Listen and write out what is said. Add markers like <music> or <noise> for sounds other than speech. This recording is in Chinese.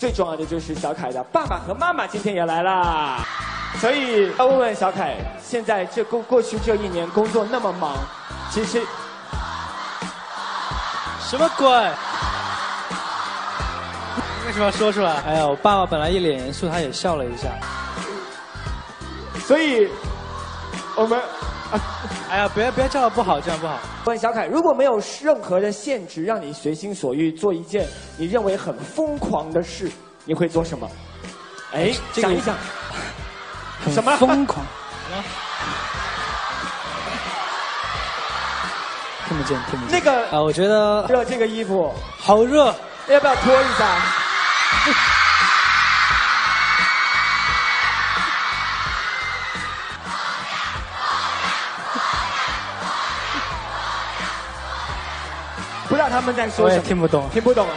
最重要的就是小凯的爸爸和妈妈今天也来啦，所以要问问小凯，现在这过过去这一年工作那么忙，其实什么鬼？为什么要说出来？哎呀，我爸爸本来一脸严肃，他也笑了一下。所以我们哎呀，别别这样不好，这样不好。问小凯，如果没有任何的限制，让你随心所欲做一件你认为很疯狂的事，你会做什么？哎，这个想一想，很什么疯狂？嗯听不见，听不见。 <laughs> 那个啊，我觉得热这个衣服好热，要不要脱一下？不知道他们在说我什也么，听不懂。听不懂啊。